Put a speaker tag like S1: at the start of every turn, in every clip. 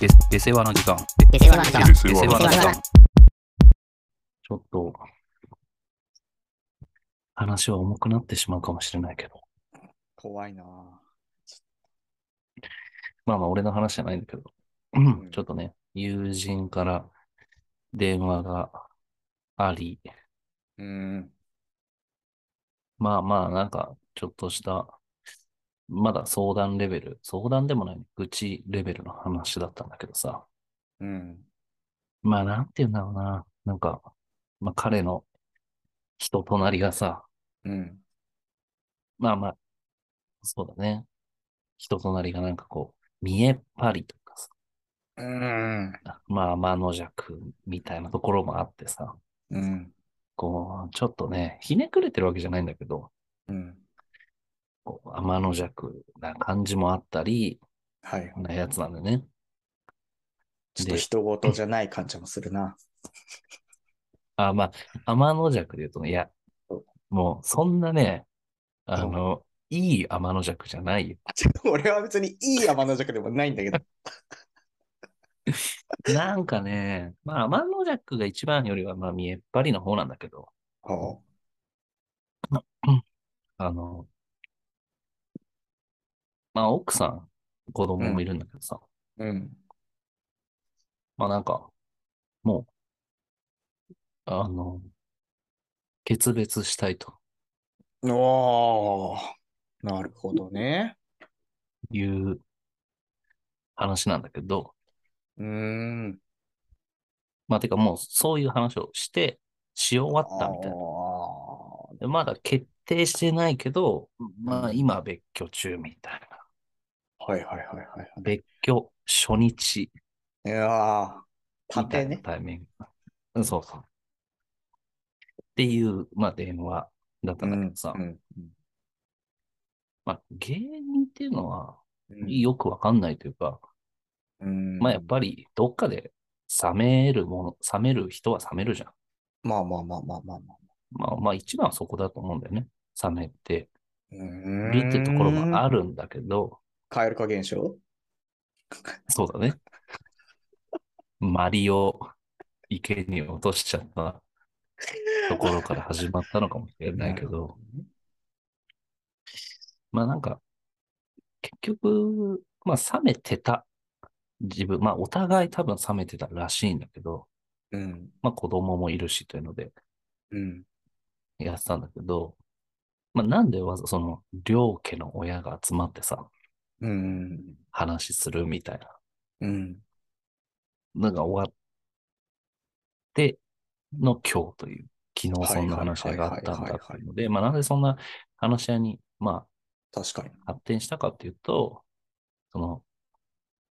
S1: で、で世話の時間。
S2: 出世話の時間。
S1: で世話の時間。
S3: ちょっと、話は重くなってしまうかもしれないけど。
S4: 怖いなぁ
S3: まあまあ、俺の話じゃないんだけど。
S4: ん
S3: ちょっとね、友人から電話があり、
S4: うーん。
S3: まあまあ、なんか、ちょっとした、まだ相談レベル、相談でもない、愚痴レベルの話だったんだけどさ。
S4: うん。
S3: まあ、なんて言うんだろうな。なんか、まあ、彼の人となりがさ、
S4: うん。
S3: まあまあ、そうだね。人となりがなんかこう、見えっ張りとかさ、
S4: うん。
S3: まあ、天の弱みたいなところもあってさ、
S4: うん。
S3: こう、ちょっとね、ひねくれてるわけじゃないんだけど、
S4: うん。
S3: こう天の弱な感じもあったり、
S4: はい。
S3: なやつなんでね。
S4: ちょっと
S3: で、
S4: 人事じゃない感じもするな。
S3: あ、まあ、天の弱で言うとね、いや、もう、そんなね、あの、いい天の弱じゃないよ。
S4: 俺は別にいい山の弱でもないんだけ ど。
S3: なんかね、まあ、天の弱が一番よりは、まあ、見えっ張りの方なんだけど、
S4: ほ
S3: あの、まあ、奥さん、子供もいるんだけどさ、
S4: う。うん。
S3: まあ、なんか、もう、あの、決別したいと
S4: おー。なるほどね。
S3: いう話なんだけど、
S4: うーん。
S3: まあ、てかもう、そういう話をして、し終わったみたいな。
S4: あー
S3: でまだ決定してないけど、まあ、今、別居中みたいな。
S4: はいはいはいはいはい。
S3: 別居初日
S4: いやー、
S3: み
S4: 探
S3: た
S4: 偵
S3: いな
S4: ね。
S3: タイミング。うんそうそう。っていう、まあ、電話だったんだけどさ、
S4: うん
S3: まあ、芸人っていうのは
S4: うん
S3: よくわかんないというか、
S4: うん
S3: まあ、やっぱりどっかで冷めるもの、冷める人は冷めるじゃん。
S4: まあまあまあまあまあまあ。
S3: まあ、まあ、一番はそこだと思うんだよね。冷めて
S4: う
S3: るっていうところも
S4: る。
S3: あるんだけど、
S4: カエル化現象
S3: そうだね。マリを池に落としちゃったところから始まったのかもしれないけど、まあなんか、結局、まあ冷めてた自分、まあお互い多分冷めてたらしいんだけど、
S4: うん。
S3: まあ子供もいるしというので
S4: うん。
S3: やってたんだけど、まあなんでわざその両家の親が集まってさ、
S4: うん。
S3: 話するみたいな
S4: うん。
S3: のが終わっての今日という、昨日そんな話し合いがあったんだっていうので、まあなんでそんな話し合いに、ま
S4: 確かに。
S3: あ発展したかっていうと、その、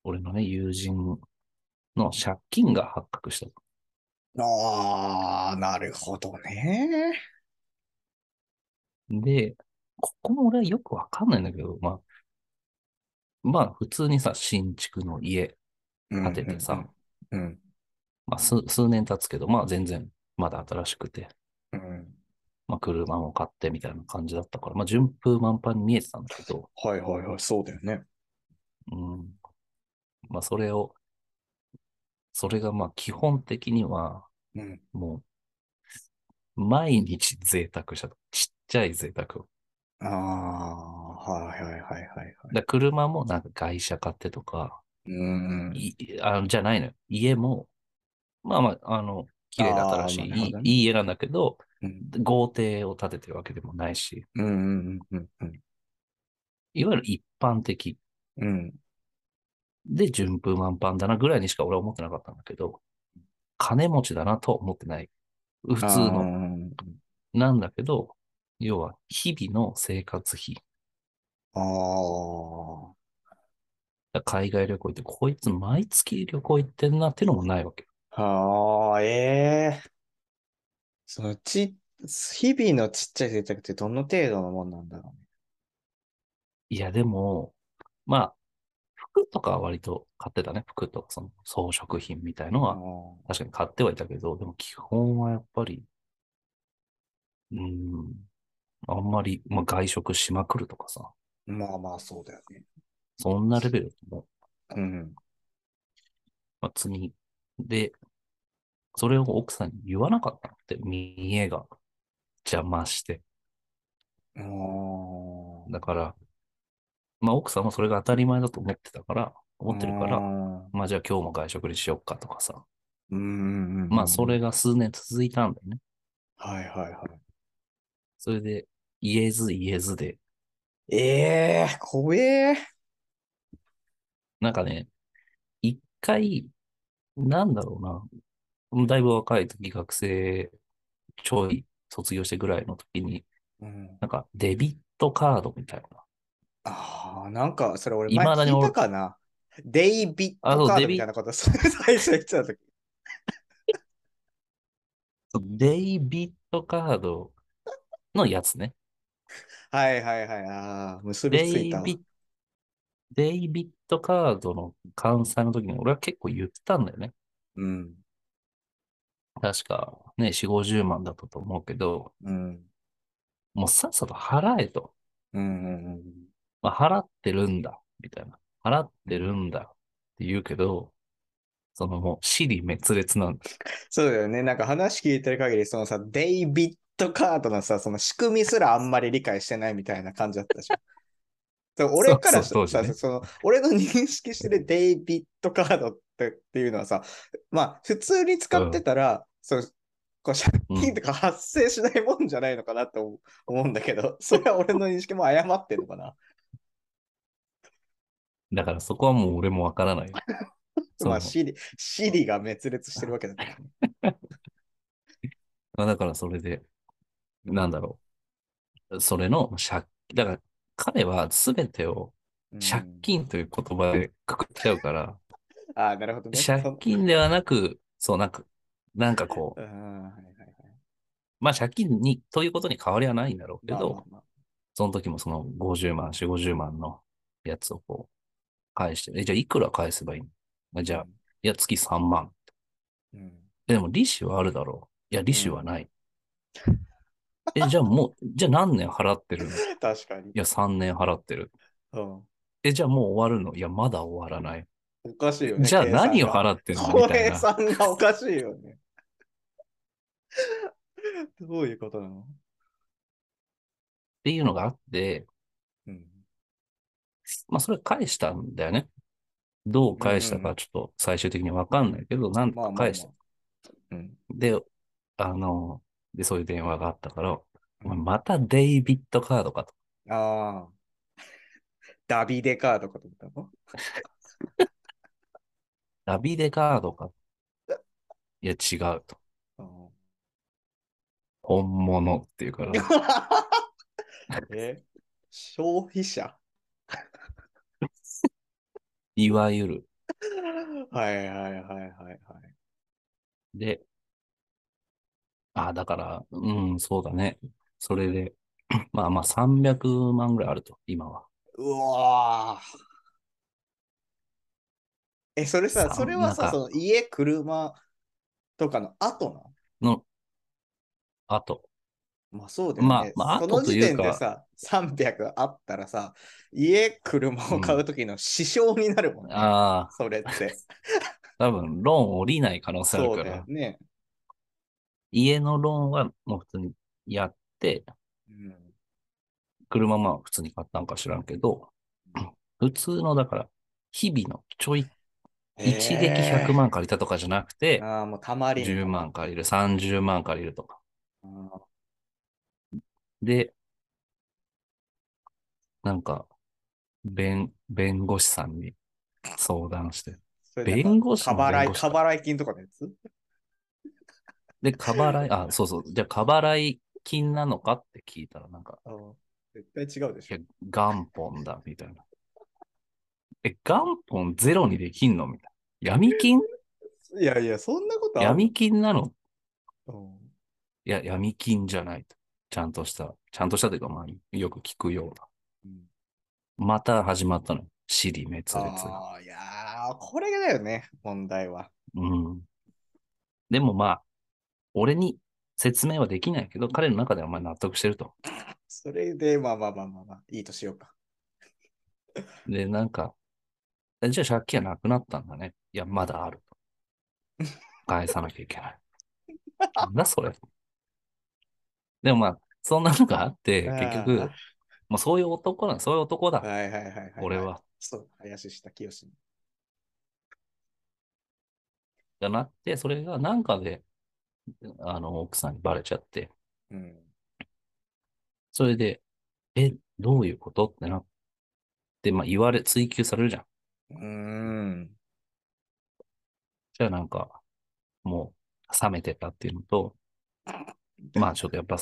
S3: 俺のね、友人の借金が発覚した。
S4: ああ、なるほどね。
S3: で、ここも俺はよくわかんないんだけど、まあ、まあ普通にさ、新築の家建ててさ、
S4: うん。
S3: まあ数数年経つけど、まあ全然まだ新しくて、
S4: うん。うん。
S3: まあ、車も買ってみたいな感じだったから、まあ、順風満帆に見えてたんだけど、
S4: はいはいはい、そうだよね。
S3: うん。まあ、それを、それがまあ、基本的には、
S4: うん。
S3: もう、毎日贅沢したと。ちっちゃい贅沢を。
S4: ああ、はいはいはいはいはい。
S3: だから車もなんか外車買ってとか、
S4: うん。
S3: いあのじゃないのよ。家も、まあまあ、あの、綺麗だったらしい。
S4: あー
S3: い
S4: なるほどね
S3: いいい家なんだけど、
S4: うん。
S3: 豪邸を建ててるわけでもないし、
S4: うん。うん。うん。
S3: いわゆる一般的
S4: うん。
S3: で、順風満帆だなぐらいにしか俺は思ってなかったんだけど、金持ちだなとは思ってない。普通の、
S4: の。
S3: なんだけど、要は日々の生活費。
S4: ああ。
S3: 海外旅行行って、こいつ毎月旅行行ってんなってのもないわけ。
S4: はあ、ええそのち、日々のちっちゃい贅沢ってどの程度のもんなんだろ
S3: いや、でも、まあ、服とかは割と買ってたね。服とかその装飾品みたいのは
S4: う
S3: 確かに買ってはいたけど、でも基本はやっぱり、うーん、あんまり、まあ、外食しまくるとかさ、
S4: ね。まあまあ、そうだよね。
S3: そんなレベルも
S4: うん。
S3: まあ、次。で、それを奥さんに言わなかったのって、見栄が邪魔して。
S4: 思
S3: だから、まあ奥さんもそれが当たり前だと思ってたから、思ってるから、
S4: うん
S3: まあじゃあ今日も外食にしよっかとかさ。
S4: うんうん。
S3: まあそ。れが数年続いたんだよね。
S4: はいはいは
S3: それで、言えず言えずで、
S4: い。ええー、怖えー。
S3: なんかね、一回、なんだろうな、だいぶ若い時、学生ちょい卒業してぐらいの時に、
S4: うん、
S3: なんかデビットカードみたいな。
S4: ああ、なんか、それ俺
S3: 未
S4: 前
S3: だに
S4: 聞い
S3: 俺
S4: たかな。デイビッ
S3: あそ
S4: ト
S3: う
S4: カー
S3: デ
S4: ド
S3: ビ
S4: みたいなこと、それ最初言ってた時。
S3: デイビットカードのやつね。
S4: はいはいはい。ああ、結びつ
S3: デ
S4: い
S3: イ
S4: た。
S3: ビ、デイビットカードの関西の時に俺は結構言ったんだよね。
S4: うん。
S3: 確かね、4、50万だったと思うけど、
S4: うん。
S3: もうさっさと払えと。
S4: うんうんうん。
S3: まあ、払ってるんだ、みたいな。払ってるんだって言うけど、そのもう、尻滅裂なんだ。
S4: そうだよね。なんか話聞いてる限り、そのさ、デイビットカードのさ、その仕組みすらあんまり理解してないみたいな感じだったじゃん。そう俺からし
S3: そうそう当
S4: さ、
S3: 時ね
S4: その、俺の認識してるデイビットカードってっていうのはさ、まあ、普通に使ってたら、そうこう借金とか発生しないもんじゃないのかなと思う思うんだけど、それは俺の認識も誤ってるのかな。
S3: だからそこはもう俺もわから ない。そう
S4: まあ、シリ、シリが滅裂してるわけだから。
S3: まあだからそれで、なんだろう。それの借金、だから彼は全てを
S4: うん
S3: 借。金という言葉でくくっちゃうから、
S4: ああ、なるほど ね。
S3: 借金ではなく、そう、なんか、なんかこ、
S4: そうんうんはいはいはい。
S3: まあ借金に、ということに変わりはないんだろうけ
S4: まあまあ
S3: ど、
S4: まあ
S3: その時もその50万、4、50万のやつをこう、返して、え、じゃあいくら返せばいいのまあじゃあ、いや、月3万。
S4: うん、
S3: えでも利子はあるだろう。いや、利子はない。え、じゃあもう、じゃあ何年払ってるのい
S4: 確かに、
S3: や、3年払ってる。
S4: うん。
S3: え、じゃあもう終わるのいや、まだ終わらない。
S4: おかしいよね。
S3: じゃあ
S4: 計算が
S3: 何を払ってるのみ
S4: 浩
S3: たい
S4: 平
S3: な。
S4: さんがおかしいよね。 どういうことなの、
S3: っていうのがあって、
S4: うん、
S3: まあそれ返したんだよね。どう返したかちょっと最終的にわかんないけど、なんと
S4: まあまあ、
S3: か
S4: まあ
S3: 返した。。
S4: うん、
S3: で、あの、で、そういう電話があったから、お前またデイビットカードかと。
S4: ああ。ダビデカードかと思ったの
S3: ダビデカードか。いや、違うと。
S4: うん
S3: 本物っていうから、
S4: え消費者
S3: いわゆる。
S4: はいはいはいはいはい。
S3: で、あ、だから、うん、そうだね。それで、 まあまあ300万ぐらいあると、今は。
S4: うわーえ、それさ
S3: さ、
S4: それは
S3: な
S4: さ、
S3: んか
S4: その家、車とかの後なの
S3: の、あと、
S4: まあそうだよね。
S3: まあまあ
S4: そ
S3: 後
S4: の
S3: と
S4: 時
S3: いう
S4: 点
S3: か
S4: でさ、300あったらさ、家、車を買う時の支障になるもんね。
S3: ああ、
S4: それ って。
S3: 多分ローン降りない可能性ある
S4: そう
S3: か
S4: だよ
S3: ら、
S4: ね。
S3: 家のローンはもう普通にやって、
S4: うん
S3: 車まあ普通に買ったんか知らんけど、 普通のだから、日々のちょい、一撃100万借りたとかじゃなく
S4: え
S3: て
S4: ー、ああ、もうたまりに
S3: 10万借りる、30万借りるとか。
S4: うん
S3: で、なんか、弁、弁護士さんに相談して。
S4: それなんか
S3: 弁護士
S4: 過
S3: の
S4: 払
S3: 弁
S4: い、
S3: 護士
S4: 過
S3: か
S4: 払い金とかのやつ
S3: で、過払い、あ、そうそう。じゃあ、過払い金なのかって聞いたら、なんか、
S4: うん絶対違うでし
S3: い
S4: ょ
S3: や。、元本だ、みたいな。え、元本ゼロにできんのみたいな。闇金
S4: いやいや、そんなことある
S3: 闇金なの
S4: うん
S3: いや、闇金じゃないと。ちゃんとした、ちゃんとしたというか、まあ、よく聞くような。
S4: うん
S3: また始まったのよ。尻滅裂が。
S4: ああ、いやー、これだよね、問題は。
S3: うん。でもまあ、俺に説明はできないけど、彼の中ではまあ納得してると。
S4: それで、まあまあまあまあ、まあ、いいとしようか。
S3: で、なんか、えじゃあ借金はなくなったんだね。いや、まだあると。返さなきゃいけ ない。なんだそれ。でもまあ、そんなのがあって、結局、
S4: あ
S3: もうそういう男なん、そういう男
S4: あ
S3: だ、
S4: はいはいはいはい。
S3: 俺。は。
S4: そう、林下清。
S3: がなって、それがなんかで、あの、奥さんにバレちゃって、
S4: うん。
S3: それで、え、どういうことってなって、まあ言われ、追求されるじゃん。
S4: うーん。
S3: じゃあなんか、もう、冷めてたっていうのと、まあちょっとやっぱ、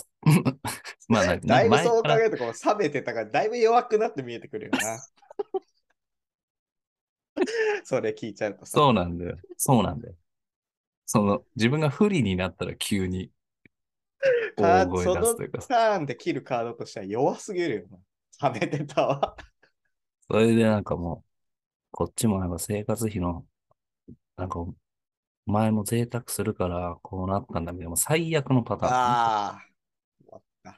S3: まあなんか
S4: だいぶ
S3: 前
S4: そう考
S3: から
S4: えると、こう冷めてたから、だいぶ弱くなって見えて くるよな。それ聞いちゃうとさ。
S3: そうなんだよ。そうなんだよ。その、自分が不利になったら急 に、大声出すというか、
S4: ターンで切るカードとしては弱すぎるよな。冷めてたわ。
S3: それでなんかもう、こっちもなんか生活費の、なんか、前も贅沢するから、こうなったんだけども、最悪のパターン。
S4: ああ。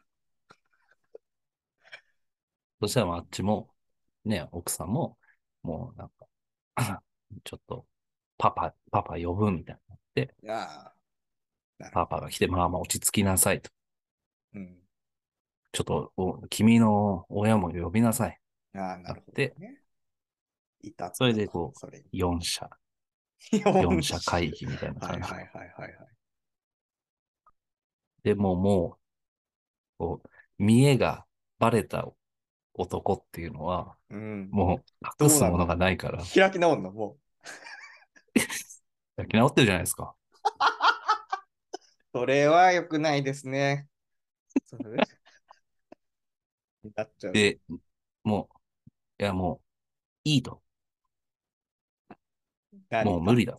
S3: そしたらもうあっちも、ね、奥さんも、もうなんか、 ちょっと、パパ、パパ呼ぶみたいな。
S4: いや
S3: パパが来て、まあまあ落ち着きなさいと。
S4: ーうん。
S3: ちょっとお、君の親も呼びなさい。
S4: ああ、なるほど、ね。いた
S3: それでこう
S4: それ
S3: 4社、
S4: に。
S3: 4社会議みたいな
S4: は
S3: 感
S4: い
S3: じ
S4: はいはいはいはい。
S3: でもうもう、こう、見栄がバレた男っていうのは、
S4: うん。
S3: もう隠すものがないから、
S4: 開き直るの、も
S3: 開き直ってるじゃないですか。
S4: う。それは良くないですね。それなっちゃう。
S3: で、もう、いやもう、いいと。
S4: 何か
S3: もう無理 だ。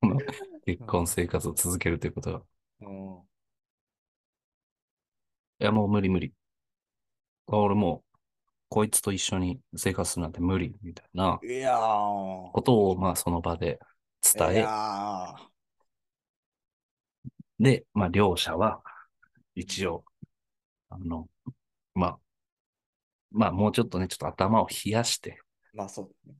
S3: この結婚生活を続けるということは、
S4: うん
S3: いやもう無理無理。俺もう、こいつと一緒に生活するなんて無理、みたいない
S4: やー。
S3: ことを、まあその場で伝
S4: い
S3: え、
S4: や
S3: で、まあ、両者は、一応、あの、まあ、まあ、もうちょっとね、ちょっと頭を冷やして
S4: ーまあそうだね。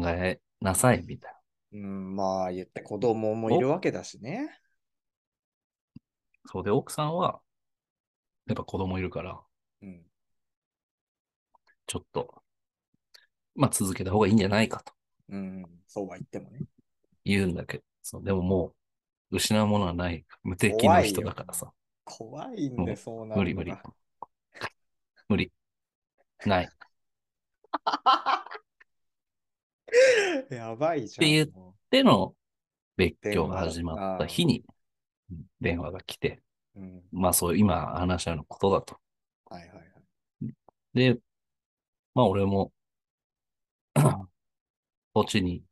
S3: 考えなさい、みたい
S4: うん、まあ言って子供もいるわけだしね。
S3: な。そうで、奥さんは、やっぱ子供いるから、
S4: うん。
S3: ちょっと、まあ、続けた方がいいんじゃないかと
S4: うん、そうは言ってもね。
S3: 言うんだけど、そうでももう、失うものはない、無敵の人だからさ、
S4: 怖いん
S3: も
S4: で、
S3: う
S4: そうなる
S3: 無
S4: のが
S3: 理無理。無理。ない。っ
S4: やばいじゃん。
S3: っていう
S4: も
S3: ての、別居が始まった日に、電話が来て、
S4: ううん。
S3: まあそう、今話し合うのことだと。
S4: はいはいはい。
S3: で、まあ俺も、こっちに、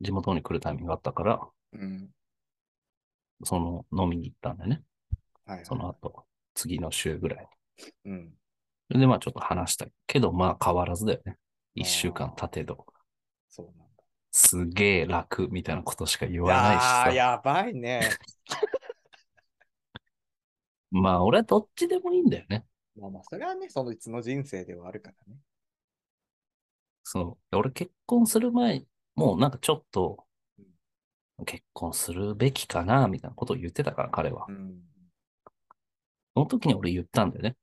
S3: 地元に来るタイミングがあったから、
S4: うん。
S3: その飲みに行ったんだよね。
S4: はいはい。
S3: その後、次の週ぐらい
S4: うん。
S3: に。で、まあちょっと話したけど、まあ変わらずだよね。一週間経てど、
S4: そうなんだ。
S3: すげえ楽みたいなことしか言
S4: い
S3: わないし
S4: やー、
S3: さ。
S4: やばいね。
S3: まあ俺はどっちでもいいんだよね。
S4: まあまあ、それはね、そのいつの人生ではあるからね。
S3: そう。俺結婚する前、もうなんかちょっと、結婚するべきかな、みたいなことを言ってたから、彼は
S4: う。ん。
S3: その時に俺言ったんだよね。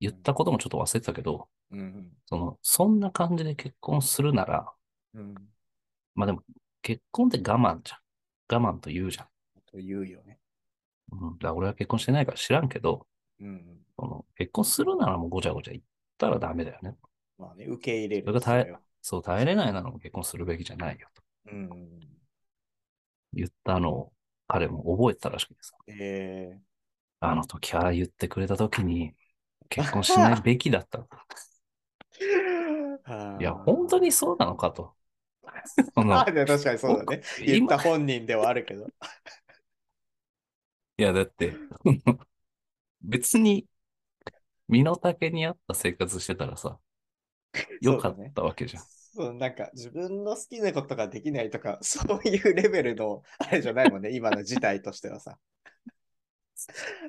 S3: 言ったこともちょっと忘れてたけど、
S4: うん。
S3: その、そんな感じで結婚するなら、
S4: うん。
S3: まあでも、結婚って我慢じゃん。我慢と言うじゃん。
S4: と言うよね。
S3: うん、だから俺は結婚してないから知らんけど、
S4: うん。
S3: その結婚するならもうごちゃごちゃ言ったらダメだよね。
S4: まあね、受け入れる。
S3: それが大
S4: それは
S3: そう、耐えれないならもう結婚するべきじゃないよと
S4: うん。
S3: 言ったのを、彼も覚えてたらしくてさ、
S4: えー、
S3: あの時ああ言ってくれた時に、結婚しないべきだった。 いや、本当にそうなのか と。その
S4: あーで確かにそうだね。
S3: 僕
S4: 言っ
S3: 今
S4: た本人ではあるけど。
S3: いや、だって、 別に、身の丈に合った生活してたらさ、 よかったわけじゃん。
S4: そう、なんか自分の好きなことができないとか、そういうレベルのあれじゃないもんね、今の事態としてはさ。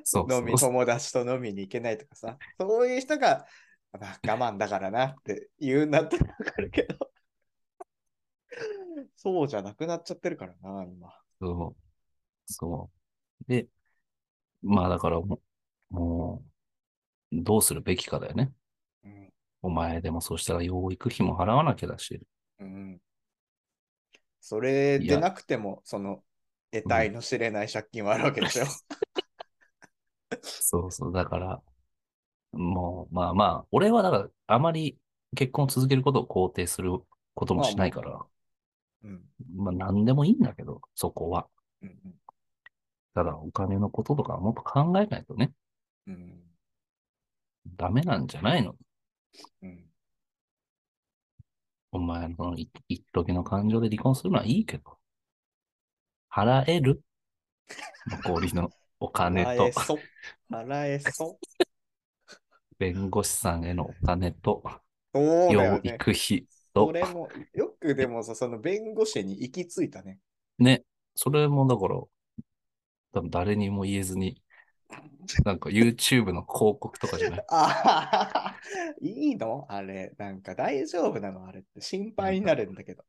S3: そう
S4: 飲み、
S3: そう
S4: 友達と飲みに行けないとかさ。そういう人が、まあ、我慢だからなって言うんだったらわかるけど。そうじゃなくなっちゃってるからな、今。
S3: そう。そう。で、まあだからもう、もう、どうするべきかだよね。
S4: うん。
S3: お前でもそうしたら養育費も払わなきゃだし。
S4: うん。それ
S3: い
S4: で
S3: や
S4: なくても、その、得体の知れない借金はあるわけでしょ。
S3: そうそう。だから、もう、まあまあ、俺はだから、あまり結婚を続けることを肯定することもしないから、
S4: うん。
S3: まあ何でもいいんだけど、そこは。
S4: うん。
S3: ただお金のこととかはもっと考えないとね、
S4: うんうん。
S3: ダメなんじゃないの
S4: うん。
S3: お前のそのい一時の感情で離婚するのはいいけど、払える残りのお金
S4: 払
S3: と
S4: え、そ。払えそ。
S3: 弁護士さんへのお金と、
S4: そう
S3: 養
S4: だよね。
S3: 育費
S4: そ
S3: と、
S4: れも、よくでもさ、その弁護士に行き着いたね。
S3: ね、それもだから、多分誰にも言えずに、なんか YouTube の広告とかじゃない
S4: ああ、いいのあれ、なんか大丈夫なのあれって心配になるんだけど。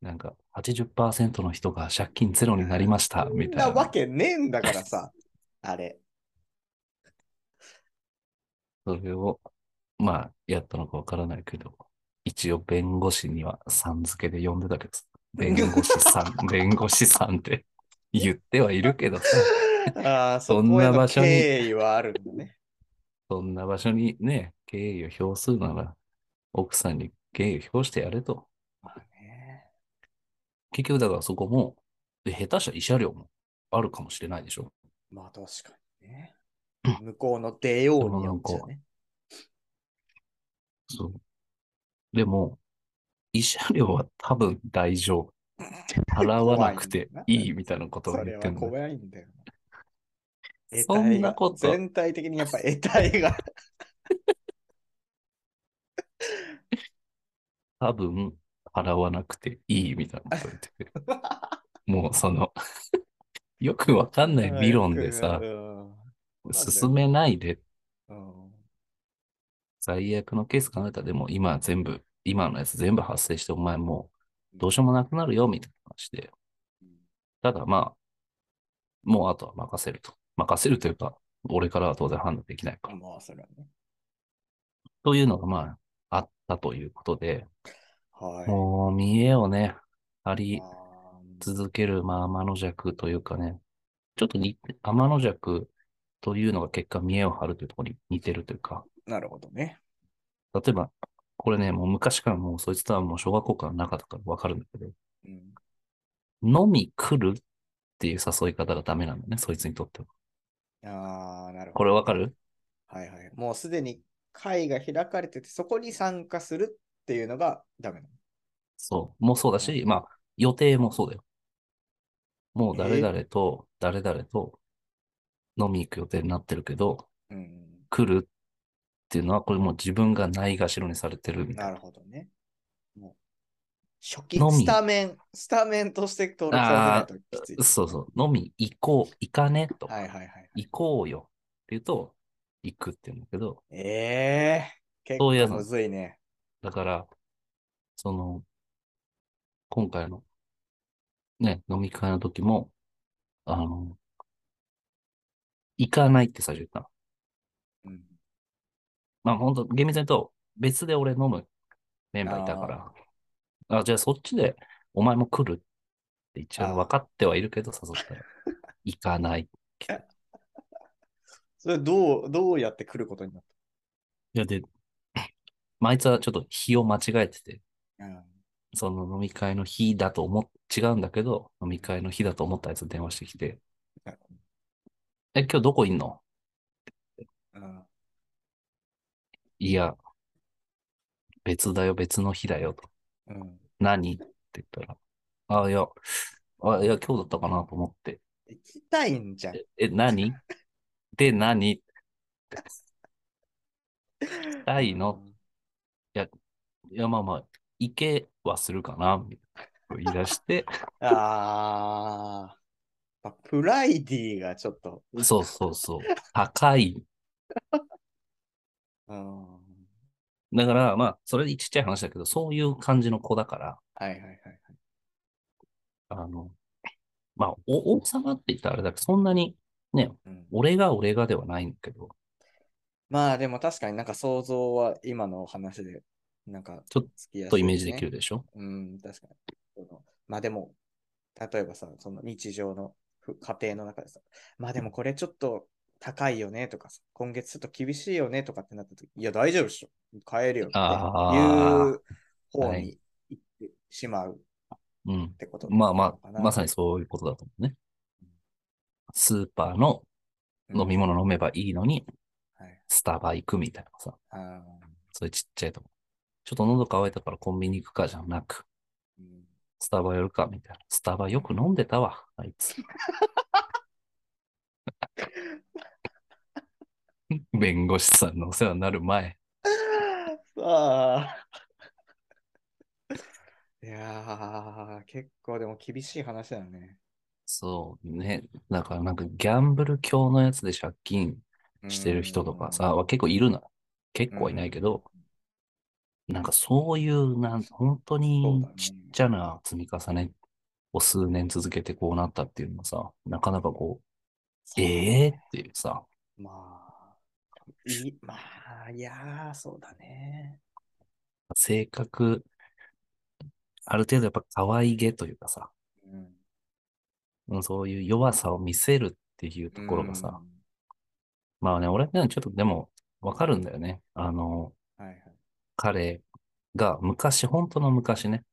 S3: なんか80%の人が借金ゼロになりました、み
S4: そん
S3: た
S4: ないわ
S3: な。
S4: けねえんだからさ、あれ。
S3: それを、まあ、やったのかわからないけど、一応弁護士にはさん付けで呼んでたけどさ、弁護士さ ん、弁護士さんって 言ってはいるけどさ、
S4: ああ、そ
S3: そん
S4: こへ
S3: な
S4: の
S3: 場所に
S4: 敬意はあるんだね。
S3: そんな場所にね、敬意を表するなら、奥さんに敬意を表してやれと。
S4: まあね
S3: 結局だからそこも、で下手したら慰謝料もあるかもしれないでしょ。
S4: まあ確かにね。向こうの出ようによっちゃね。
S3: そう。でも、慰謝料は多分大丈 夫。払わなくていいみたいなことを
S4: そ
S3: 言っ
S4: れ
S3: て
S4: は
S3: んのね。
S4: 怖いんだよな。
S3: そんなこと
S4: 得体が全体的にやっぱ得体が。
S3: 多分、払わなくていいみたいなこと言って て。もうその、 よくわかんない理論でさ
S4: う、ん
S3: 進めないで、
S4: うん
S3: 最悪のケース考えたら、でも今全部、今のやつ全部発生して、お前もうどうしようもなくなるよみたいな話で、ただまあ、もうあとは任せると。任せるというか、俺からは当然判断できないから。
S4: まあ、それはね。
S3: というのがまあ、あったということで、
S4: はい。
S3: もう見栄をね、張り
S4: あー
S3: 続ける、まあ、天の弱というかね、ちょっとに天の弱というのが結果見栄を張るというところに似てるというか、
S4: なるほどね。
S3: 例えば、これね、もう昔からもうそいつとはもう小学校から仲だからわかるんだけど、
S4: うん、
S3: 飲み来るっていう誘い方がダメなんだね、そいつにとっては。
S4: ああ、なるほ
S3: こ
S4: ど。
S3: れわかる
S4: はいはい。もうすでに会が開かれてて、そこに参加するっていうのがダメなの。
S3: そう。もうそうだし、まあ、予定もそうだよ。もう誰々と、誰々と飲み行く予定になってるけど、
S4: うん、
S3: 来るっていうのは、これもう自分がないがしろにされてるみた
S4: ないる
S3: な。
S4: ほどね。もう初期
S3: のみ
S4: スタメン、スタメンとして登録されてないときつい。
S3: そうそう。飲み行こう、行かねとか、
S4: はいはいはい。
S3: 行こうよって言うと、行くって言うんだけど、
S4: ええ結
S3: そういうやつ
S4: 構むずいね。
S3: だから、その、今回の、ね、飲み会の時も、あの、行かないって最初言ったの。
S4: うん、
S3: まあ本当厳密に言うと、別で俺飲むメンバーいたから、あじゃあそっちでお前も来るって一
S4: あー
S3: 応分かってはいるけど、誘ったら、行かない。
S4: それどう、どうやって来ることになっ
S3: いや、で、まああいつはちょっと日を間違えてて、
S4: た、うん、
S3: その飲み会の日だと思っ、違うんだけど、飲み会の日だと思ったあいつ電話してきて
S4: なるほ、
S3: え、今日どこいんの
S4: うん
S3: いや、別だよ、別の日だよと。
S4: うん。
S3: 何って言ったら、あいや、あいや、今日だったかなと思って。
S4: 行きたいんじゃん。
S3: え、何で、何いたいのや、まあまあ、行けはするかなみたいな言い出して、
S4: うん。ああ。まあプライディがちょっと。
S3: そうそうそう、高い。
S4: うん。は
S3: だから、まあ、それちっちゃい話だけど、そういう感じの子だから、
S4: いはいはいはい。
S3: あの、まあ、お王様って言ったらあれだけど、そんなに、ね、
S4: うん
S3: 俺が俺がではないんだけど、
S4: まあでも確かになんか想像は今のお話で、なんか
S3: ちょっ
S4: つきやすい
S3: とイメージでき
S4: る。
S3: るでしょ
S4: うん、確かに。そのまあでも、例えばさ、その日常のふ家庭の中でさ、まあでもこれちょっと高いよねとかさ、今月ちょっと厳しいよねとかってなった時、いや大丈夫でしょ、買えるよって
S3: あー
S4: いう方
S3: は
S4: に
S3: い
S4: 行ってしまうっ
S3: うん。
S4: てこと
S3: まあまあ、まさ
S4: に
S3: にそういうことだと思うね。スーパーの飲み物飲めばいいのに、
S4: はい
S3: スタバ行くみたいなさ、
S4: あ
S3: そういうちっちゃいとこ。ちょっと喉乾いたからコンビニ行くかじゃなく、
S4: ーうん
S3: スタバ寄るかみたいな。スタバよく飲んでたわ、あいつ。 弁護士さんのお世話になる前。
S4: あ あ。いやー、結構でも厳しい話だよね。
S3: そうね。だからなんかギャンブル教のやつで借金してる人とかさ、は結構いるな。結構はいないけど、なんかそういう、なん本当
S4: そう
S3: に
S4: だね
S3: ちっちゃな積み重ねを数年続けてこうなったっていうのはさ、なかなかこう、ええっていうさ、
S4: うん。まあ、いまあ、いやー、そうだね。
S3: 性格、ある程度やっぱ可愛げというかさ、
S4: うん。
S3: うんそういう弱さを見せるっていうところがさ、まあね、俺ね、ちょっとでもわかるんだよね。あの、
S4: うん。はいはい。
S3: 彼が昔、本当の昔ね、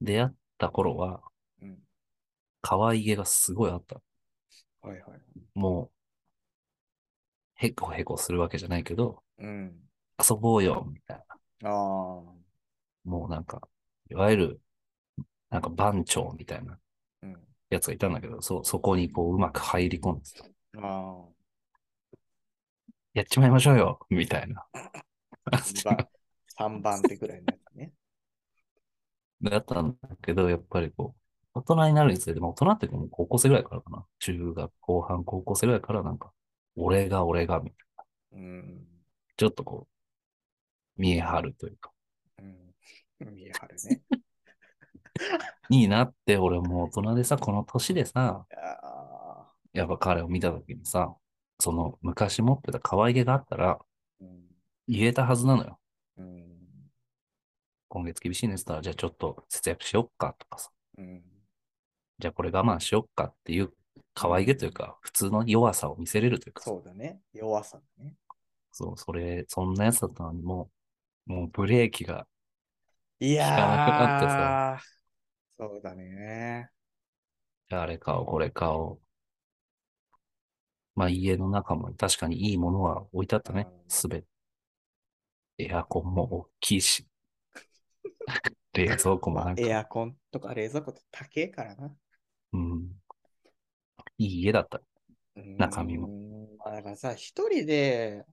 S3: 出会った頃は、
S4: うん。
S3: 可愛げがすごいあった。
S4: はいはい。
S3: もう、へこへこするわけじゃないけど、
S4: うん。
S3: 遊ぼうよ、みたいな。
S4: ああ。
S3: もうなんか、いわゆる、なんか番長みたいな
S4: うん。
S3: やつがいたんだけど、そ、そこにこう、うまく入り込んでさ
S4: あ
S3: やっちまいましょうよ、みたいな。
S4: あ。2番、3番手ぐらいのやつね。
S3: だったんだけど、やっぱりこう、大人になるにつれて、まあ大人ってもう高校生ぐらいからかな。中学後半、高校生ぐらいからなんか、俺が俺が、みたいな。
S4: うん。
S3: ちょっとこう、見え張るというか、
S4: うん。見え張るね。
S3: になって、俺も大人でさ、この年でさ、
S4: ああ。
S3: やっぱ彼を見たときにさ、その昔持ってた可愛げがあったら
S4: うん。
S3: 言えたはずなのよ。
S4: うん。
S3: 今月厳しいねって言ったら、じゃあちょっと節約しよっかとかさ、
S4: うん。
S3: じゃあこれ我慢しよっかっていう可愛げというか、普通の弱さを見せれるというかさ、
S4: そうだね。弱さだね。
S3: そう、それ、そんなやつだったのにもう、もうブレーキが、
S4: い
S3: なくな
S4: やー、そうだね。
S3: あれかをこれかを、まあ家の中も確かにいいものは置いてあったね
S4: うん、
S3: すべて。エアコンも大きいし、 冷蔵庫もなんか
S4: エアコンとか冷蔵庫って高えからな。
S3: うん。いい家だった。中身も
S4: も。まあだからさ、一人で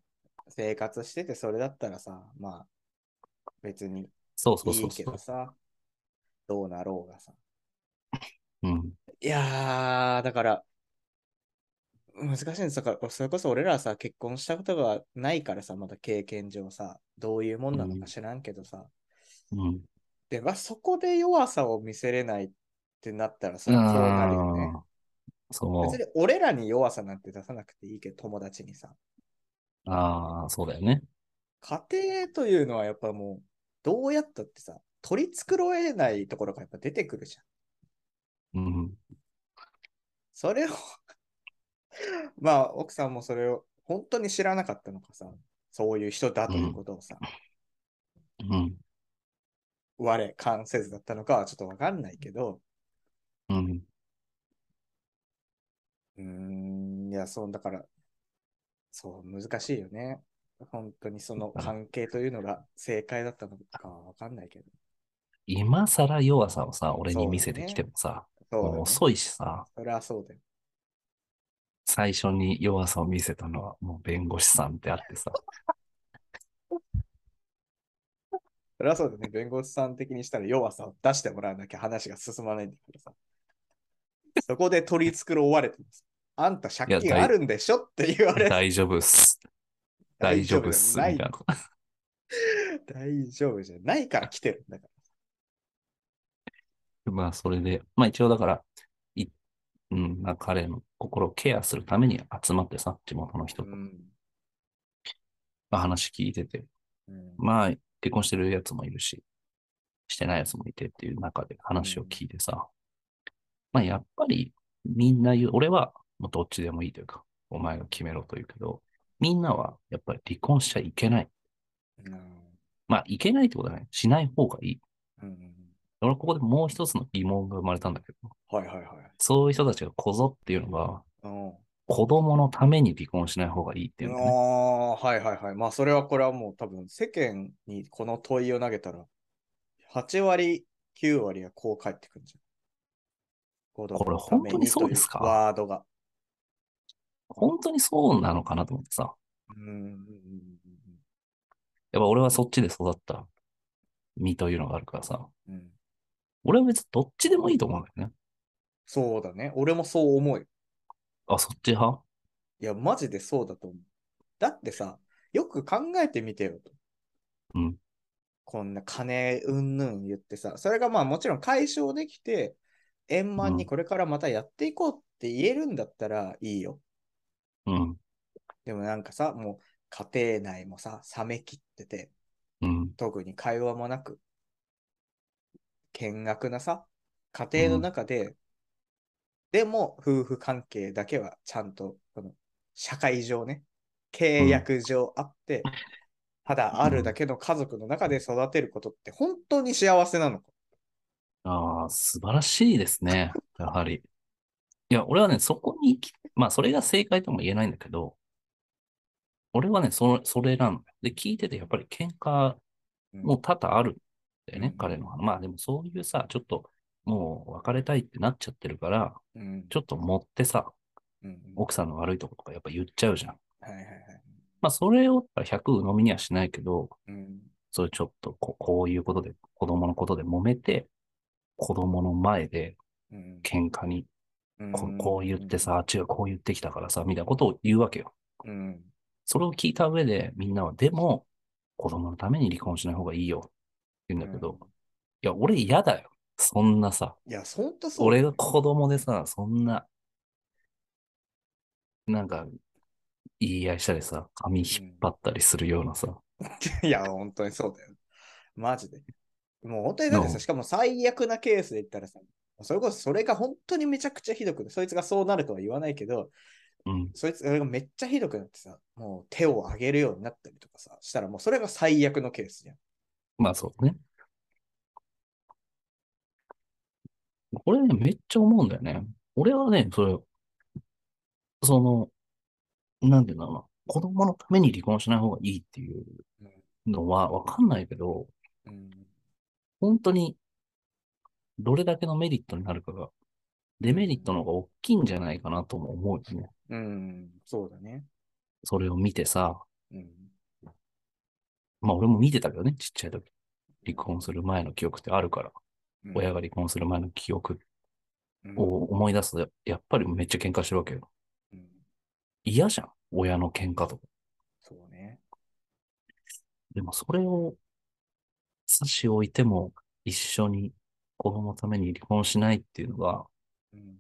S4: 生活しててそれだったらさ、まあ、別に
S3: そうそう
S4: い
S3: そ
S4: いうけ
S3: そう
S4: どさ、どうなろうがさ。
S3: うん。
S4: いやー、だから、難しいんですだから、それこそ俺らはさ、結婚したことがないからさ、まだ経験上さ、どういうもんなのか知らんけどさ、
S3: うん。
S4: で、まあ、そこで弱さを見せれないってなったらさ、そうなるよね。
S3: あーそ
S4: 別に俺らに弱さなんて出さなくていいけど、友達にさ。
S3: う。ああ、そうだよね。
S4: 家庭というのはやっぱもう、どうやったってさ、取り繕えないところがやっぱ出てくるじゃん。
S3: うん。
S4: それを、 まあ、奥さんもそれを本当に知らなかったのかさ、そういう人だということをさ、
S3: うん。
S4: 我関せずだったのかはちょっとわかんないけど、
S3: うん。
S4: うーん、いや、そう、だから、そう、難しいよね。本当にその関係というのが正解だったのかはわかんないけど。
S3: 今更弱さをさ、俺に見せてきてもさ、
S4: そうだ
S3: も
S4: ね
S3: う遅いしさ、
S4: それはそうだよ。
S3: 最初に弱さを見せたのはもう弁護士さんってあってさ、
S4: それはそうだね。弁護士さん的にしたら弱さを出してもらわなきゃ話が進まないんだからさ。そこで取り繕われてます。あんた借
S3: いや
S4: 金
S3: 大
S4: あるんでしょって言われ
S3: 大丈夫っす。大丈夫っす。み
S4: 大
S3: たい
S4: 丈
S3: な
S4: 夫。大丈夫じゃないから来てるんだか
S3: まあ、それで、まあ一応だから、いうん、まあ彼の心をケアするために集まってさ、地元の人と、
S4: うん
S3: まあ、話聞いてて、
S4: うん
S3: まあ、結婚してるやつもいるし、してないやつもいてっていう中で話を聞いてさ、まあ、やっぱりみんな言う、俺はもうどっちでもいいというか、お前が決めろというけど、みんなはやっぱり離婚しちゃいけない。まあ、いけないってことはない。しない方がいい。
S4: うん
S3: 俺、ここでもう一つの疑問が生まれたんだけど、
S4: はいはいはい。
S3: そういう人たちがこぞっていうのが、
S4: うんあ
S3: 子供のために離婚しない方がいいっていうのね。
S4: あー、はいはいはい。まあ、それはこれはもう多分世間にこの問いを投げたら、8割、9割はこう返ってくるんじゃん。こ
S3: これ本当にそうですか
S4: ワードが。
S3: 本当にそうなのかなと思ってさ、
S4: うんうんうんうん
S3: やっぱ俺はそっちで育った身というのがあるからさ、
S4: うんうん。
S3: 俺は別にどっちでもいいと思うんだよね。
S4: そうだね。俺もそう思うよ。
S3: あ、そっち派
S4: いや、マジでそうだと思う。だってさ、よく考えてみてよと。
S3: うん
S4: こんな金うんぬん言ってさ、それがまあもちろん解消できて、円満にこれからまたやっていこうって言えるんだったらいいよ。
S3: うん。
S4: でもなんかさ、もう家庭内もさ、冷めきってて、
S3: うん。
S4: 特に会話もなく、見学なさ、家庭の中で、でも夫婦関係だけはちゃんと、この社会上ね、契約上あって、ただあるだけの家族の中で育てることって本当に幸せなのか。
S3: ああ、素晴らしいです ね。やはり。いや、俺はね、そこに行き、まあ、それが正解とも言えないんだけど、俺はね、そそれなのよ。で、聞いてて、やっぱり喧嘩
S4: うん
S3: もう多々あるんだよね、
S4: うん
S3: 彼の。まあ、でもそういうさ、ちょっと、もう別れたいってなっちゃってるから、
S4: うん
S3: ちょっと持ってさ、
S4: うん
S3: 奥さんの悪いとことかやっぱ言っちゃうじゃん。
S4: はいはいはい。
S3: まあ、それを100鵜呑みにはしないけど、
S4: うん
S3: それちょっとこうこういうことで、子供のことで揉めて、子供の前で
S4: うん
S3: 喧嘩に、こ
S4: うん
S3: こう言ってさ、あっちがこう言ってきたからさ、みたいなことを言うわけよ。
S4: うん
S3: それを聞いた上で、みんなは、でも、子供のために離婚しない方がいいよ。って言うんだけど、
S4: う
S3: い
S4: ん
S3: や、俺嫌だよ。そんなさ、
S4: いや、ほんとそうだ
S3: 俺
S4: よ
S3: が子供でさ、そんな、なんか、言い合いしたりさ、髪引っ張ったりするようなさ、
S4: いや、本当にそうだよ。マジで。もう本当にだって
S3: う
S4: さ、
S3: ん
S4: しかも最悪なケースで言ったらさ、それこそそれが本当にめちゃくちゃひどくて、そいつがそうなるとは言わないけど、
S3: うん、
S4: そいつがめっちゃひどくなってさ、もう手を挙げるようになったりとかさ、したらもうそれが最悪のケースじゃん。
S3: まあそうね。これね、めっちゃ思うんだよね。俺はね、それ、その、なんていうんだろうな、子供のために離婚しない方がいいっていうのはわかんないけど、
S4: うん、
S3: 本当に、どれだけのメリットになるかが、デメリットの方が大きいんじゃないかなとも思うよね。
S4: うん、そうだね。
S3: それを見てさ、
S4: うん、
S3: まあ俺も見てたけどね、ちっちゃい時。離婚する前の記憶ってあるから、親が離婚する前の記憶
S4: うん
S3: を思い出すと、やっぱりめっちゃ喧嘩してるわけよ。
S4: うん
S3: 嫌じゃん。親の喧嘩とか。
S4: そうね。
S3: でもそれを差し置いても一緒に子供のために離婚しないっていうのが、
S4: うん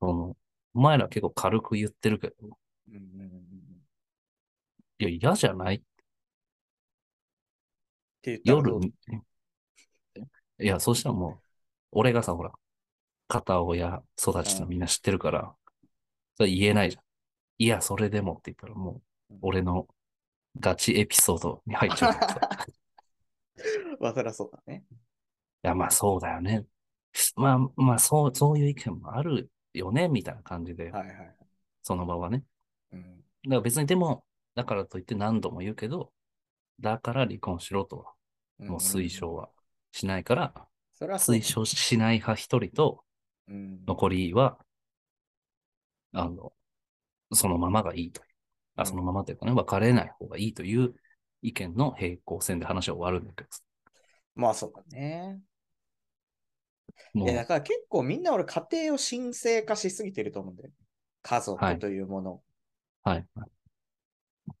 S3: その、お前ら結構軽く言ってるけど、
S4: うんうんうんうんっ
S3: いや、嫌じゃない
S4: て言った
S3: 夜
S4: らどう
S3: に。いや、そうしたらもう、俺がさ、ほら、片親育ちのみんな知ってるから、それ言えないじゃん。いや、それでもって言ったらもう、俺のガチエピソードに入っちゃうからさ。
S4: まあそりゃそうだね。
S3: いや、まあそうだよね。まあまあそう、そういう意見もあるよね、みたいな感じで、
S4: はいはい。
S3: その場はね。
S4: うん
S3: だから別にでも、だからといって何度も言うけど、だから離婚しろとは、
S4: うん
S3: もう推。奨はしないから、
S4: それはそう
S3: 推奨
S4: だ。
S3: しない派一人と、
S4: うん
S3: 残りは、あの、そのままがいいという。
S4: う
S3: あ、
S4: ん
S3: そのままというかね、別れない方がいいという意見の平行線で話は終わるんだけ
S4: まあそうだね。
S3: ど、も
S4: いやだ
S3: う、
S4: から結構みんな俺家庭を神聖化しすぎてると思うんだよね。家
S3: は
S4: 族
S3: い
S4: というものを。
S3: はい。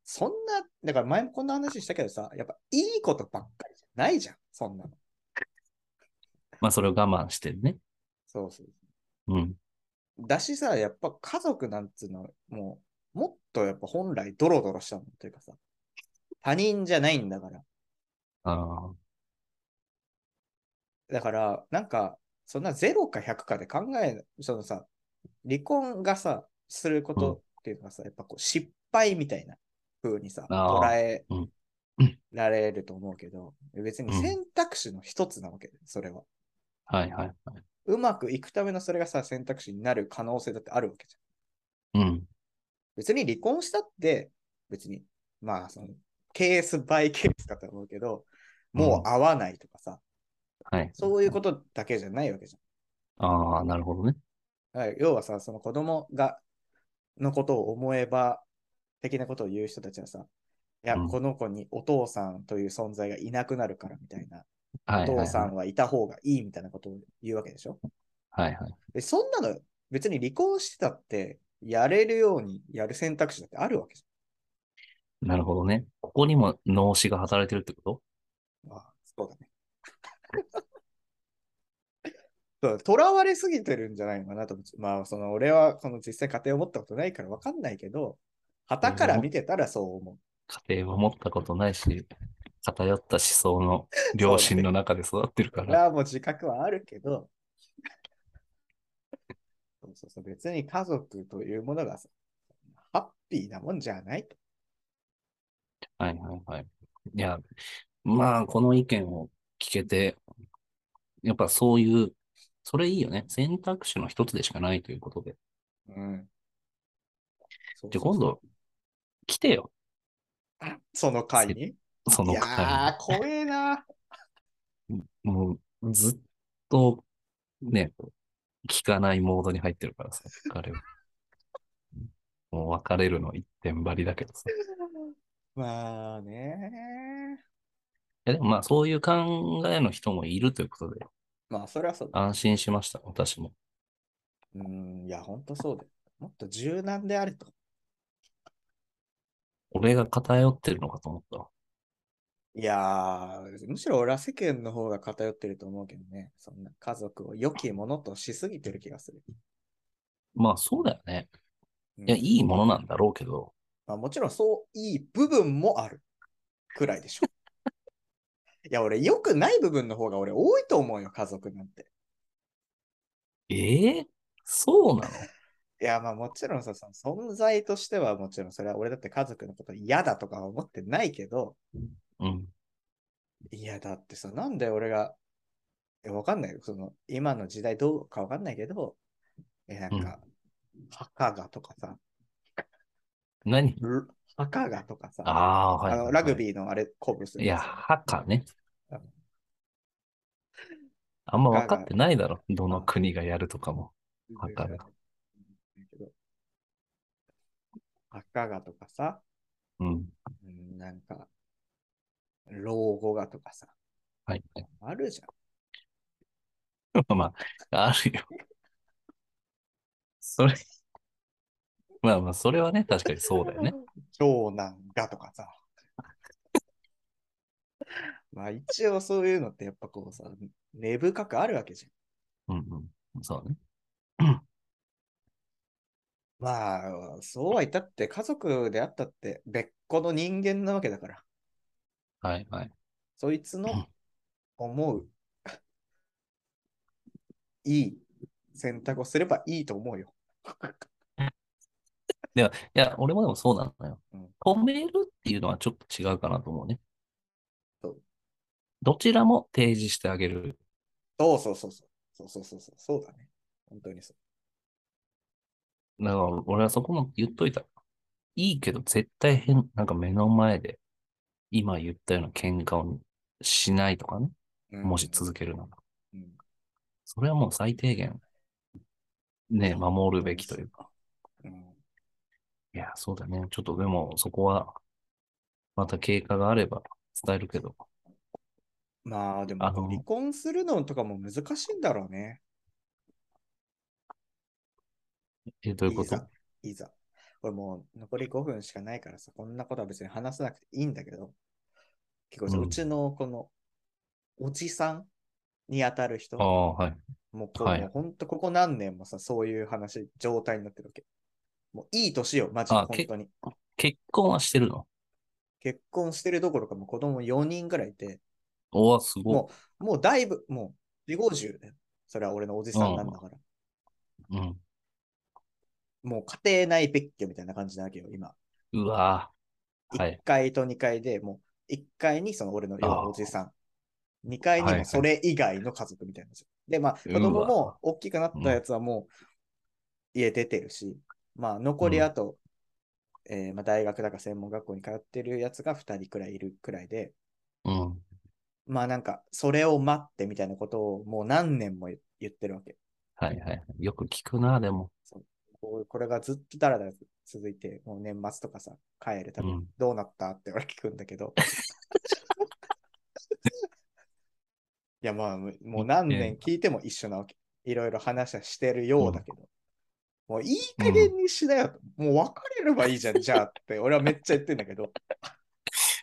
S4: そんな、だから前もこんな話したけどさ、やっぱいいことばっかりじゃないじゃん、そんなの。
S3: まあそれを我慢してね。
S4: そうそう。
S3: うん。
S4: だしさ、やっぱ家族なんつうのは、もう、もっとやっぱ本来ドロドロしたものというかさ、他人じゃないんだから。
S3: あ
S4: だから、なんか、そんな0か100かで考え、そのさ、離婚がさ、することっていうのがさ、やっぱこう失敗みたいな風にさ、
S3: あー
S4: 捉え
S3: うんうん
S4: られると思うけど、別に
S3: うん
S4: 選択肢の一つなわけで、それは。
S3: あ、はいはいはい。
S4: うまくいくためのそれがさ、選択肢になる可能性だってあるわけじゃん。
S3: うん。
S4: 別に離婚したって、別に、まあ、その、ケースバイケースかと思うけど、もう会わないとかさ、
S3: はい。
S4: そういうことだけじゃないわけじ
S3: ああ、なるほどね。
S4: ゃん。だから要はさ、その子供が、のことを思えば、的なことを言う人たちはさ、いや、
S3: うん
S4: この子にお父さんという存在がいなくなるからみたいな、
S3: はい
S4: お
S3: はい、は
S4: 父
S3: い。
S4: さんはいた方がいいみたいなことを言うわけでしょ。
S3: はいはい。
S4: で、そんなの、別に離婚してたって、やれるようにやる選択肢だってあるわけじ
S3: なるほどね。ここにも脳死が働いてるってこ
S4: ゃん。あそうだね。 そう囚われすぎてるんじゃないのかなと思って、まあ、その俺はその実際家庭を持ったことないから分かんないけど、旗から見てたらそう思う。
S3: と家庭は持ったことないし、偏った思想の両親の中で育ってるか
S4: それ
S3: ら。
S4: はもう自覚はあるけど、 そうそうそう別に家族というものがさハッピーなもんじゃないと。
S3: はいはいはい。いや、まあ、この意見を聞けて、やっぱそういう、それいいよね。選択肢の一つでしかないということで。
S4: うん。そう
S3: じゃあ
S4: そうそう
S3: 今度、来てよ。
S4: あその回に
S3: その
S4: いや
S3: 回
S4: ー、怖えな。
S3: に。もう、ずっと、ね、聞かないモードに入ってるからさ、彼は。 もう別れるの一点張りだけどさ。い
S4: まあね。
S3: やでもまあ、そういう考えの人もいるということで、
S4: まあ、それはそうだ。
S3: 安心しました、私も。
S4: うん、いや、ほんとそうだよ。もっと柔軟であれと。
S3: 俺が偏ってるのかと思ったわ。
S4: いやー、むしろ俺は世間の方が偏ってると思うけどね。そんな家族を良きものとしすぎてる気がする。
S3: まあ、そうだよね。
S4: うん
S3: いや、いいものなんだろうけど、
S4: まあ、もちろんそういい部分もあるくらい でしょ。いや、俺、良くない部分の方が俺多いと思うよ、家族なんて。
S3: ええそうなの
S4: いや、まあもちろんさ、その存在としてはもちろんそれは俺だって家族のこと嫌だとかは思ってないけど、
S3: うん。
S4: いや、だってさ、なんで俺が、え、わかんないよ。その、今の時代どうかわかんないけど、え、なんか、墓がとかさ、
S3: 何
S4: ル墓がとかさ、
S3: ああ、はいは
S4: あ
S3: いはい、
S4: の、ラグビーのあれ、鼓舞する
S3: いや、
S4: さ
S3: 墓ね。あんま分かってないだろ。どの国がやるとかも。墓が。
S4: 墓がとかさ、
S3: うん。
S4: うんなんか、老後がとかさ、
S3: はいはい。
S4: あるじゃん。
S3: まあ、あるよ。それ、 まあまあ、それはね、確かにそうだよね。
S4: 長男がとかさ。 まあ一応そういうのってやっぱこうさ、根深くあるわけじ
S3: うんうん。そうね。
S4: ゃん。まあ、そうは言ったって家族であったって別個の人間なわけだから、
S3: はいはい。
S4: そいつ
S3: うん
S4: の思う、いい選択をすればいいと思うよ。
S3: いや、俺もでもそうなのよ
S4: うん。
S3: 止めるっていうのはちょっと違うかなと思うね
S4: そう。
S3: どちらも提示してあげる。
S4: そうそうそうそう。そうそうそうそう。そうだね。本当にそう。
S3: だから俺はそこも言っといた。いいけど絶対変、なんか目の前で今言ったような喧嘩をしないとかね。
S4: うん
S3: もし続けるなら。
S4: うん
S3: それはもう最低限、ね、守るべきというか。
S4: うん
S3: いや、そうだね。ちょっとでもそこは、また経過があれば伝えるけど。
S4: まあでも
S3: あの
S4: 離婚するのとかも難しいんだろうね。
S3: え、どういうこ
S4: い
S3: と
S4: ざ。いざ。これもう残り5分しかないからさ、こんなことは別に話さなくていいんだけど、結構さ、
S3: う
S4: うんちのこのおじさんに当たる人。
S3: ああ、はい。
S4: もうこう、
S3: はい
S4: もうほんとここ何年もさ、そういう話、状態になってるわけ。もういい年よ、マジで、
S3: あ
S4: 本
S3: け
S4: 当に。
S3: 結婚はしてるの
S4: 結婚してるどころか、もう子供4人ぐらいいて、
S3: おわ、すご
S4: ももうだいぶ、もう、4、50だよ。それは俺のおじさんなんだから。
S3: い。うん。
S4: もう家庭内別居みたいな感じなわけよ、今。
S3: うわは
S4: 1
S3: い
S4: 階と2階で、もう1階にその俺の要はおじさん、2階に
S3: はいは
S4: も
S3: い
S4: それ以外の家族みたいな。で、まあ、子
S3: う
S4: 供
S3: わ
S4: も大きくなったやつはもう家出てるし、まあ、残りあと、えーまあ、大学だか専門学校に通ってるやつが2人くらいいるくらいで、
S3: うん。
S4: まあなんか、それを待ってみたいなことをもう何年も言言ってるわけ。
S3: はいはい。よく聞くな、でも。
S4: こうこれがずっとだらだら続いて、もう年末とかさ、帰るたび
S3: う
S4: に
S3: ん
S4: どうなったって俺聞くんだけ ど。いや、まあ、もうもう何年聞いても一緒なわけ。いろいろ話はしてるようだけど。もういい加減にしなよと。もう別れればいいじ ゃん、じゃあって。俺はめっちゃ言ってんだけど。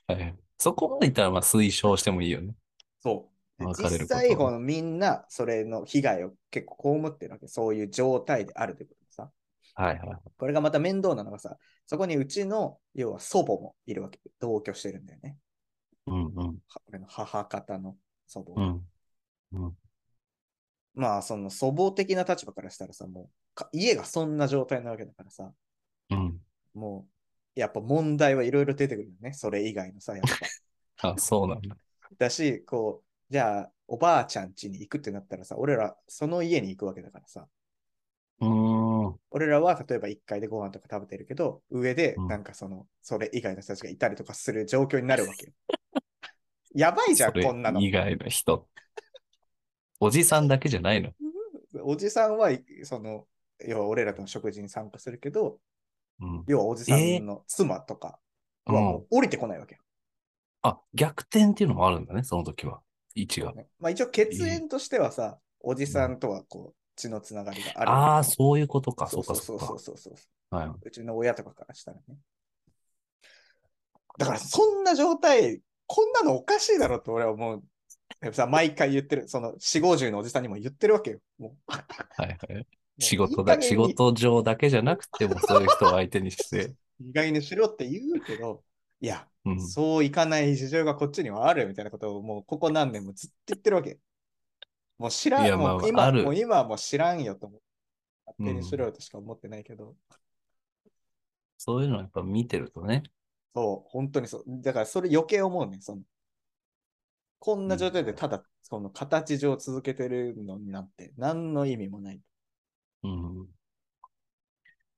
S3: はい。そこまでいったら、まあ、推奨してもいいよね。
S4: そう。で
S3: 別れる
S4: 実
S3: こと
S4: 際、このみんな、それの被害を結構被ってるわけ。そういう状態であるということでさ。
S3: はいはい。
S4: これがまた面倒なのがさ、そこにうちの、要は祖母もいるわけ。同居してるんだよね。
S3: うんうん。
S4: は俺の母方の祖母
S3: う
S4: が。
S3: ん。うん。
S4: まあ、その祖母的な立場からしたらさ、もうか、家がそんな状態なわけだからさ、
S3: うん。
S4: もう、やっぱ問題はいろいろ出てくるよね。それ以外のさ、やっ ぱ。
S3: あ、そうなんだ。
S4: だし、こう、じゃあ、おばあちゃん家に行くってなったらさ、俺ら、その家に行くわけだからさ、
S3: うーん。
S4: 俺らは例えば1階でご飯とか食べてるけど、上で
S3: うん
S4: なんかその、それ以外の人たちがいたりとかする状況になるわ けよ。やばいじゃん、
S3: それ
S4: こんなの。
S3: 以外の人。おじさんだけじゃないの。
S4: おじさんはい、その、要は俺らとの食事に参加するけど、
S3: うん。
S4: 要はおじさ
S3: え
S4: んの妻とか
S3: う
S4: はも
S3: ん。
S4: う降りてこないわけよ、
S3: あ、逆転っていうのもあるんだね、その時は。位置が。
S4: ねまあ一応血縁としてはさ、おじさんとはこう、血のつながりがある。
S3: ああ、
S4: う
S3: そういうことか、そう
S4: そ
S3: か、
S4: う
S3: そ
S4: そうう
S3: か
S4: そう。そうそう。
S3: はいう
S4: ちの親とかからしたらね。だからそんな状態、こんなのおかしいだろうと俺は思う。やっぱさ、毎回言ってる、その4、50のおじさんにも言ってるわけよ。もう
S3: はいはい。仕事
S4: いい
S3: だ、
S4: 加減に
S3: 仕事上だけじゃなくても、そういう人を相手にして。
S4: 意外にしろって言うけど、いや、
S3: うん。
S4: そういかない事情がこっちにはあるみたいなことをもうここ何年もずっと言ってるわけ。もう知ら
S3: い
S4: ん、
S3: や
S4: も
S3: まあ
S4: う今
S3: ある
S4: もう今はもう知らんよと
S3: う
S4: 思う。
S3: ん
S4: 勝手にしろよとしか思ってないけど、
S3: そういうのをやっぱ見てるとね。
S4: そう、本当にそう。だからそれ余計思うね。そのこんな状態でただ、その形上続けてるのになんて何の意味もない。
S3: うん。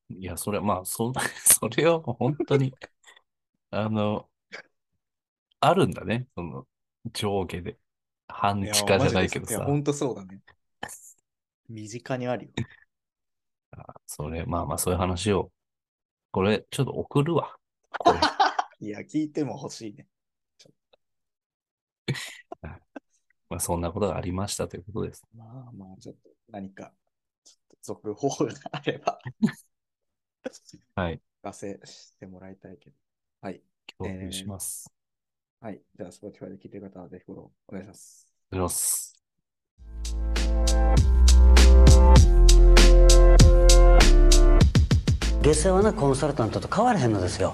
S3: いや、それはまあ、そん それはもう本当に、あの、あるんだね。その、上下で。半
S4: いや
S3: 地下じゃないけど
S4: マジでそういや、
S3: さ。
S4: 本当そうだね。身近にあるよ。
S3: あそれ、まあまあ、そういう話を。これ、ちょっと送るわ。こ れ
S4: いや、聞いても欲しいね。
S3: まあ、そんなことがありましたということです。
S4: まあまあ、ちょっと何か、ちょっと続報があれば、
S3: はい。
S4: 出せしてもらいたいけど。はい。
S3: 共有します。
S4: はい。じゃあ、Spotify で聞いてる方はぜひフォローお願いします。
S3: お願いします。
S1: 下世話なコンサルタントと変わらへんのですよ